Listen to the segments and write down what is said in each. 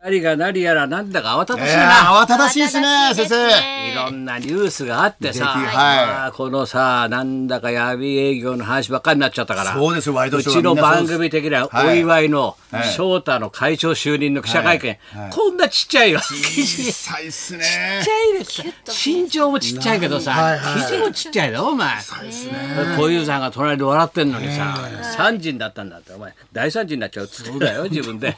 何が何やらなんだか慌ただしいえな。ー慌ただしいですね、先生。いろんなニュースがあってさ、ぜひはいまあこのさ、なんだか闇営業の話ばっかりになっちゃったから、そうですよワイドショーはうちのみんなそう番です組的にははおい祝いのはい翔太の会長就任の記者会見、はいはいこんなちっちゃいよ。記事小さいっすねちっち。ゃいです身長もちっちゃいけどさ、はいはい記事もちっちゃいだお前小遊三が隣で笑ってんのにさ、三人だったんだってお前大惨事になっちゃうっつってんだよ自 分で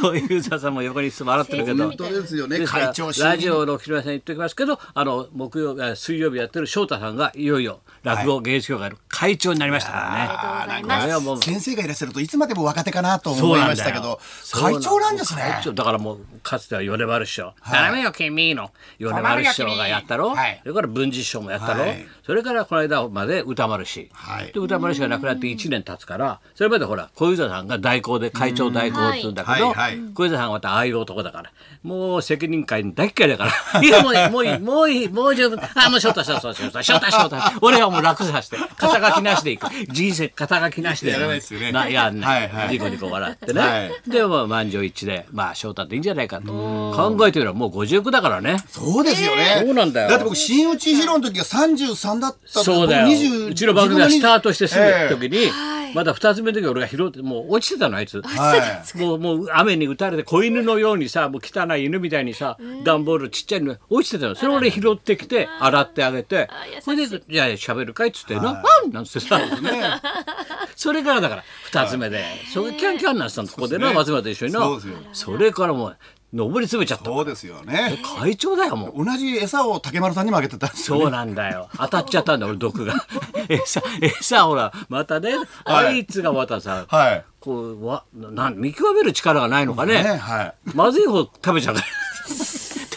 小遊三さんも横に笑ってるけど本。当ですよね、ですから会長就ラジ任。オの木村さんに言っておきますけどあの木曜あ水曜日やってる翔太さんがいよいよ落語芸術協会の会長になりましたからね。ありがとうございこますれはもう先生がいらっしゃるといつまでも若手かなとそ思ういなんましだたよけど、そう会長なんですね会。長だからもうかつては米丸師匠「ダメよ君の」米丸師匠がやったろ、はいそれから文治師匠もやったろ、はいそれからこの間まで歌丸師、はいで歌丸師が亡くなって1年経つからそれまでほら小遊三さんが代行で会長代行って言うんだけど、うんはいはい小遊三さんはまたああいう男だからもう責任会に大嫌いだから「いやもういいもういいもういいもう十分あもう翔太翔太翔太翔太翔太俺はもう楽させて肩書きなしでいく人生肩書きなしでやらないですよねなやんなはいはいニコニコ笑ってね、はでも満場一致でまあ翔太っていいんじゃないかと考えてみればもう59だからねそうですよね。そうなんだよだって僕、新内弘の時が33だったとそうだよ僕20うちの番組がスタートしてすぐの時に、はいまだ2つ目の時俺が拾ってもう落ちてたのあいつ。はいもうもう雨に打たれて子犬のようにさもう汚い犬みたいにさ段ボールちっちゃいの落ちてたのそれ俺拾ってきて洗ってあげてあ優しいそれで「じゃあ喋るかい」っつって「ななん」なんつってさ それからだから2つ目でそれキャンキャンなんてたのここでなそうです松ね村と一緒になそうですよそれからもう上り詰めちゃったそうですよね。会長だよもう。同じ餌を竹丸さんにもあげてたんですよそうなんだよ。当たっちゃったんだ、俺、毒が。 餌、餌、ほら、またね、はいあいつがまたさ、はい。こう、わ、なん、見極める力がないのかね、ね。はい。まずい方食べちゃうから。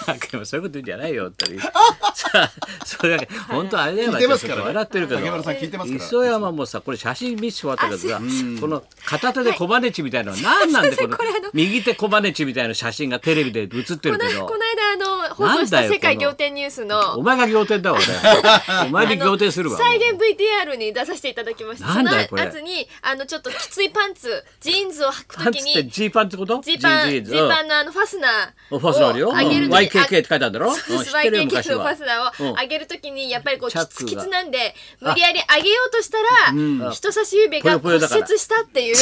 だけど そういうこと言うんじゃないよって さあそれだけ本当あれだよ聞いてますかちょっらねと笑ってるけど竹丸さん聞いてますから磯山もさこれ写真見せてもらったけどさこの片手で小バネチみたいなの何なんでこ のこれあの右手小バネチみたいな写真がテレビで映ってるこけのどこの間あの放送したなんだよ世界この仰天ニュースおの前が仰天だ俺 お前に仰天するわ再現 VTR に出させていただきました。なそんのだよこれ後にあのちょっときついパンツ、ジーンズを履くパとンツきってにジーパンってことジーパンジーズーパンのあのファスナうーんファスナーあるよを上げるうんとき YKK って書いてあるんだろそううですん知ってるよ YKK 昔はのファスナーうんを上げるときにやっぱりこうチャッキクツがキツなんで無理やり上げようとしたら人差し指がぽよぽよ骨だから折したっていう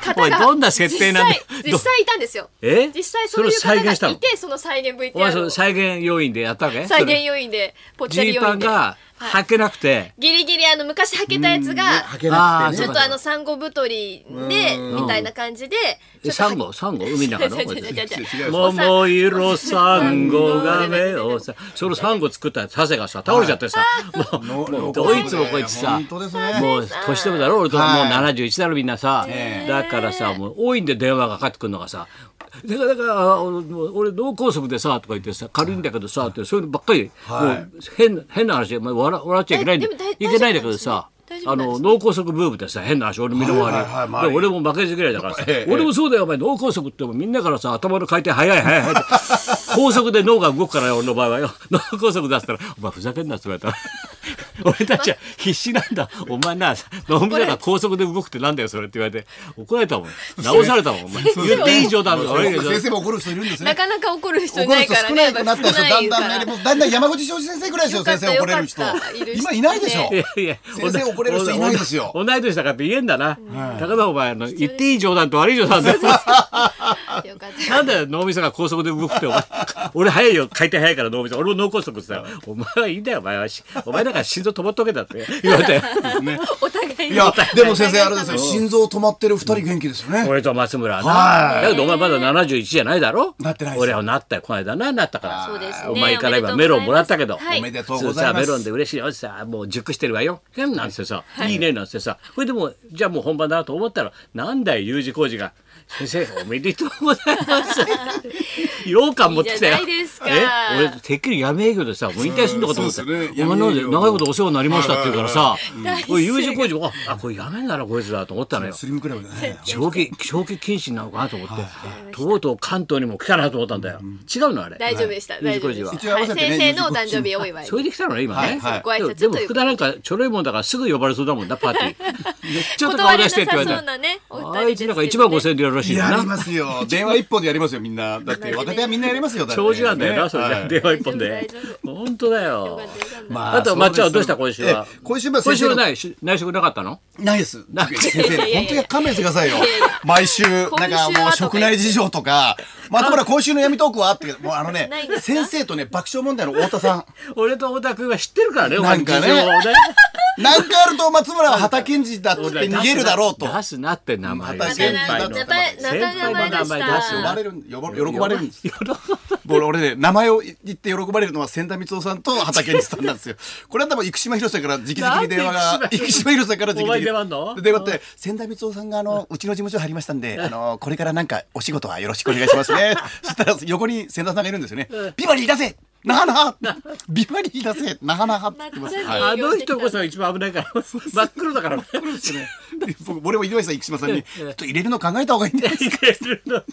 お方いがどんな設定なんだよ実際実際いたんですよ。え実際そういうそれを再現した方のがいてその再現お前そ VTR のを再現要因でやったわけ再現要因でぽっジちゃりー要パ因ンでが履けなくて、ギリギリあの昔履けたやつがはけなくてあーちねょっとあの産後太りでみたいな感じでえちょっサとンゴサンゴ海の中の 違う違う違う違う違う違う桃色サンゴが 目をさそのサンゴ作ったサセがさ倒れちゃってさ、もうもうドイツもこいつさ本当ですね。もう年でもだろ俺ともうはい71だろみんなさ、ええだからさもう多いんで電話がかかってくるのがさ「だからだからあ俺もう俺脳梗塞でさ」とか言ってさ「軽いんだけどさ」ってそういうのばっかり、はいもう変変な話お前笑笑っちゃいけないんだえでも大いけないんだけどさ。大丈あ夫なんですねの脳梗塞ブームでさ変な話俺の身の回り、はいはいはい周りで俺も負けず嫌いだからさ、ええ俺もそうだよお前脳梗塞ってみんなからさ頭の回転早い早い早いって高速で脳が動くからよ俺の場合はよ脳梗塞だったら「お前ふざけんな」って言われたら俺たちは必死なんだお前な脳みそが高速で動くってなんだよそれって言われて怒られたもん直されたもんお前言って以上だそうそう先生も怒る人いるんですなね。かなか怒る人い怒なるい人から少なねくなった人だんだんねもうだんだん山口昭司先生ぐらいですよよかっ先た生怒れる人よかったいる人今いないでしょいやいや先生怒れる人いないですよ同い年だからって言えんだな、高田お前あの言っていい冗談と悪い冗談だよよかったなんだよ脳みそが高速で動くってお前 俺早いよ回転早いから脳みそ俺も脳梗塞ってさお前はいいんだよお前はしお前だから心臓止まっとけだって言われたよお互いいにやでも先生あれですよ心臓止まってる二人元気ですよね俺と松村ははないだけどお前まだ71じゃないだろなってないです俺はなったよこの間ななったからそうですねお前から今おメめでとロうございますンもらったけどはいおめでとう普ご通ざさいまメすロンで嬉しいよさもう熟してるわよへんなんてさ、い、いねなんてさこれでもうじゃあもう本番だなと思ったらなんだよ U 字工事が先生おめでとうございます 羊羹持ってきたよいいじゃないですかえ俺てっきり闇営業でさもう引退するのかと思ってそたうですねお前なんで長いことお世話になりましたって言うからさはいはいおい U 字工事もああこれやめんならこいつだと思ったのよスリムクラブで ね長期長期禁止なのかなと思って、とうとう関東にも来たなと思ったんだよ、違うのあれ大丈夫でしたはい大丈夫でしゆうじこじたははい一応合わせてね先生のお誕生日お祝いそれで来たのね今ね、はいはいでもご挨拶でもという福ことで田なんかちょろいもんだからすぐ呼ばれそうだもんなパーティーめっちゃ顔断れ出なしさてって言われそたうなねおあ二人いですつけなどんねか1万5千円でやるらしいよやなりますよ。電話一本でやりますよ、みんな。だって、若手はみんなやりますよ。だって長寿なんだよな、それはねい電話一本大で丈夫大。本当だよ。まあと、まっちゃんはどうした、そ今週はええ。今週は今先週生はのない、し内職なかったの。ないです。な先生、いや本当に勘弁してくださいよ。毎週、なん今週かもはうとか食内事情とか、松村今週の闇トークはあって、もうあのねないんで、すか先生とね、爆笑問題の太田さ俺と太田君は知ってるからね。なんかね俺の事情をねん。なんかあると松村は畑健二だって俺逃げるだろうと。出すなって名前。また先先輩の輩の名名前前出す呼ばなれ。る、呼ば喜ばれるんです。喜ばれる俺俺ね、名前を言って喜ばれるのは千田光夫さんと畑健二さんなんです よ。これは多分生島博さんから直々に電話なんが、で生島生島博さんから直お々前に。電話あんので電話あって、千田光夫さんがあの、うちの事務所入りましたんで、あの、これからなんかお仕事はよろしくお願いします ね。そしたら横に千田さんがいるんですよね。ビバリー出せなはなはビバリー出せなはなはって言ってます。なは いあの人こそ一番危ないから。真っ黒だから。で僕俺も井上さん、生島さんに、ちょっと入れるの考えた方がいいんじゃないですか。入れるのか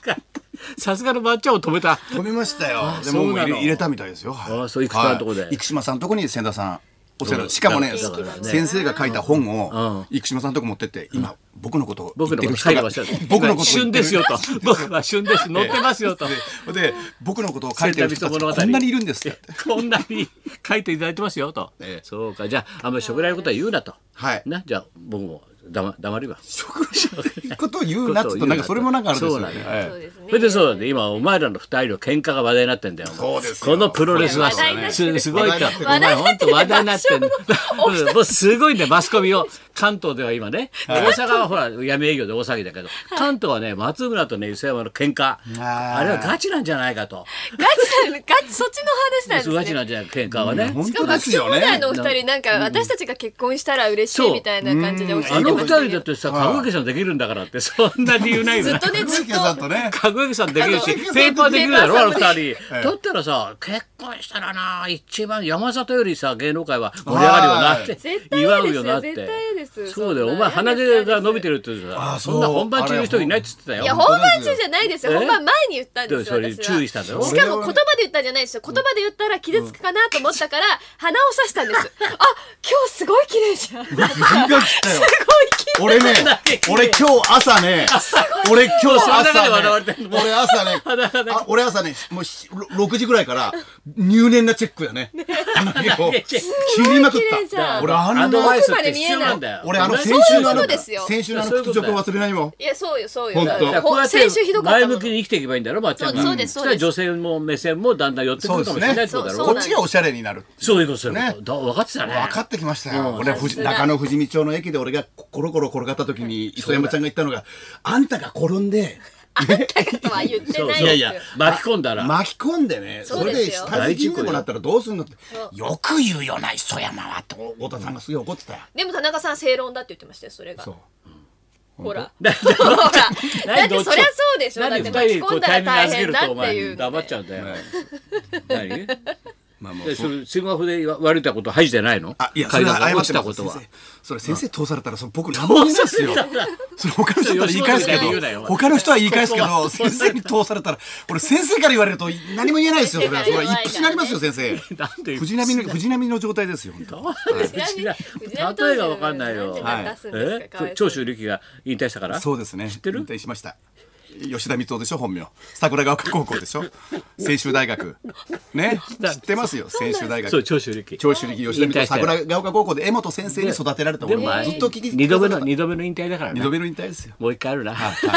さすがのばっちゃんを止めた。飛びましたよ。でそうもなのもう入れ入れたみたいですよ。はいあそう生島さんのとこではい生島さんのとこに千田さん。お世そうだ話しかもねだからだからね先生が書いた本うんを生島さんのとこ持ってって今僕のことを言僕ってのこると書人いてがましたよ。僕のことを言旬ってでるすよと。僕は旬です。乗ってますよ と。で僕のことを書いてる人たちが千田光夫物語こんなにいるんですってこんなに書いていただいてますよとええ。そうか。じゃあ、あんまり食材のことは言うなと。 はいな、じゃあ、僕も黙黙るわ。 職種のことを言うなっつうとなんかそれもなんかあるんですよそうなんねだはいそうですねそれでそうなんで今お前らの二人の喧嘩が話題になってんだよ。そうですよこのプロレスは話題になってするすごいか。お話前題に本なって当る話題になってんだ。うんもうすごいねマスコミを関東では今ね、大阪はほら闇営業で大騒ぎだけど、関東はね松村とね磯山の喧嘩ーあれはガチなんじゃないかと。ガチなガチそっちの話なガんですチね。なんじゃないか喧嘩はね。本しか当もですよ兄弟ねのお二人なんか私たちが結婚したら嬉しそういみたいな感じでおっしゃあってのま二した人けだっど。てさ川口さんできるんだからってそんな理由ないよずねっ。とねず鈴っ木さんとと ねかぐやさんできるし、あのペーパーできるだろ、あのペ二ーパーさん人。だもったらさ、結婚したらな、一番山里よりさ、芸能界は盛り上がるよなって絶、対祝嫌うですよよなって絶対嫌です。そうだよ、そおんな前鼻毛が伸びてるって言うさ、あそうそんな本番中の人いないって言っていたやよ。ほ本番中じゃないですよえ本番前に言ったんででもすそよれ私は注意したんだよ。しかも言葉で言ったんじゃないですよ言葉で言ったら傷つくかなと思ったから鼻を刺したんです あ今日すごい綺麗じゃんすごい 気が来たよ綺 麗俺ね俺今日朝ね俺今日その中で笑わ朝れてねんの俺朝 ね裸であ俺朝ねもうひろ6時ぐらいから入念なチェックだね鼻毛を切りまくっ綺麗じゃたん俺あアんドなバイスって必要なんだよ。俺あの先週のあそうのですよ先週のあそうのいうこ屈とだ辱よを忘れないもんいやそうよそうよ本当だからこうやほって先週ひどかった前も向のきに生きていけばいいんだろ、まっちゃんが。そうですそしうですたら女性も目線もだんだん寄ってくそうるでかすもしれないねってことだそうろそこう。っちがおしゃれになるそういうことそういうねことだ。分かってたね。分かってきましたうんよ俺さす藤が中野富士見町の駅で俺がコロコロ転がった時に磯山ちゃんが言ったのがあんたが転んでとは言ってそうないそうやですいよや巻き込んだら。巻き込んでねそそうでれすでよ下敷きにでもなったらどうすんのってよく言うよな磯山はって太田さんがすげえ怒ってたよでも田中さん正論だって言ってましたよそれがそうほら だってほらだって何どっちそりゃそうでしょだっ何て二巻き人こ込うんだタイらミング大預け変るだとおってい前う黙っちゃうんだよ。何？まあもでうそれスマホで悪いたこと恥じゃないの？あいやそ会れは話が謝落っちてたまこすと先は生。それ先生通されたらその僕何も言いないですよそれ他の人だったら言い返すけ吉本で言うなよど他の人は言い返すけこ こはど先生に通されたら俺先生から言われると何も言えないですよそれはそれは一発になりますよ先生 なんで藤波の藤波の状態ですよ本当ちなみに例えがわかんないよ。は波藤田いさんなんて出すんですえかかわいそう？に長州力が引退したから。そうですね知ってる引退しました吉田光夫でしょ本名桜川高校 でしょ専修大学ね知ってますよ専修大そう学長州力。長州力吉田光夫桜川高校で江本先生に育てられたで俺もずっと聞き二度目の二二度目の引退だからね度。目の引退ですよもう一回あるな。そ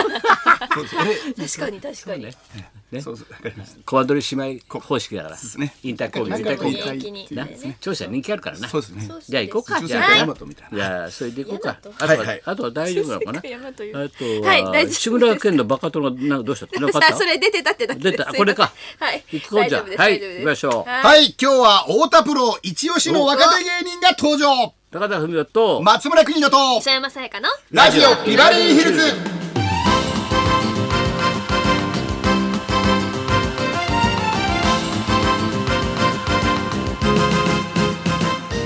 うです俺確かに確かに ねそうそう、わかりました。コマ撮り姉妹方式だからすね。引退コンビな引ん退かコン引退ビ。にな長州は人気あるからな。そうですね。じゃあ行こうか。宇宙じゃ戦あ艦ヤマトみたいいな。やそれでいこうか。あとはいは、はいあとは大丈夫なのかな。あ宇宙戦艦ヤマトというは、はい大丈夫です志村けんのバカ殿なんかどうしたってなかっ さあた。それ出てたってだけです出たすいませんこれかはい行こうじゃあ大丈夫ですはい大丈夫です行きましょうはいはい、今日は太田プロ一押しの若手芸人が登場。高田文夫と、松村邦洋と磯山さやかのラジオビバリーヒルズ。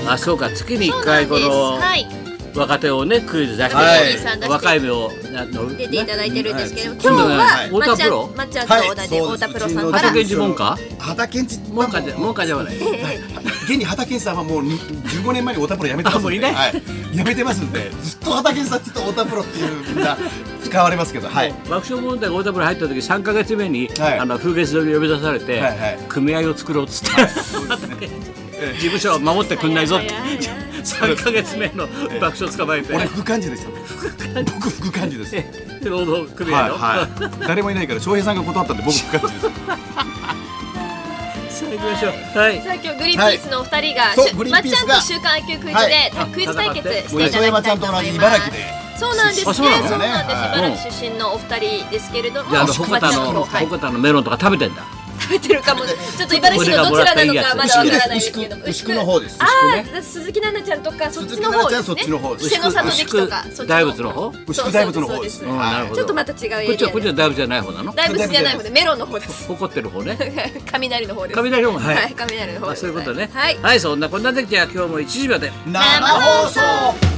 あそうか月に一そうな回んこですのはい若手をねクイズ出して、はい若い目をあの出ていただいてるんですけれども、ね今日はいはまっ太ちゃん田プロまっちゃんと同じはい太田プロさんから、畑健二文化畑健二文化じゃ文化じゃないはい現に畑健さんはもうに15年前に太田プロ辞めてますんあもうでいないはい辞めてますんでずっと畑健さんずっと太田プロっていう名使われますけどはい爆笑問題が大田プロ入った時3か月目に、はいあの風月堂に呼び出されて、はいはい組合を作ろうっつって、事務所は守ってくんないぞってはいはいはいは3か月目の爆笑捕まえて、俺副幹事ですよ僕副幹事ですはい労働組合の、はい誰もいないから翔平さんが断ったんで僕副幹事です さあ行きましょうはい さあ今日グリーンピースのお二人が、いそうしゅグリーまンっピーちゃスんがと週刊 IQ クイズで、はいクイズ対決してもういた磯だき山ちたゃいんとと思同いじま茨す城で。そうなんですね。あそそううななんんだはです。い茨城出身のお二人ですけれども、じゃああのま鉾っちゃ田んのはい鉾田のメロンとか食べてんだ食べてるかも。ちょっと茨城のどちらなのかまだわからないですけ牛久ですど、牛久牛久の方ですあ牛あ、鈴木奈々ちゃんとかそっちの鈴木奈々ちゃん方そっでちすねの方。です稀勢の里牛関とか久そっち大仏の方牛久大仏の方ですそううねそうそうそうんはいなるほちょどっとまた違うエこっちリはこっアちで。は大仏じゃない方なの大仏じゃない方でメロンの方です。 怒ってる方ね雷の方です。雷の方ねはい、雷の方あです。そういうことねはい。はいそんなこんなでじゃあ今日も1時まで生放送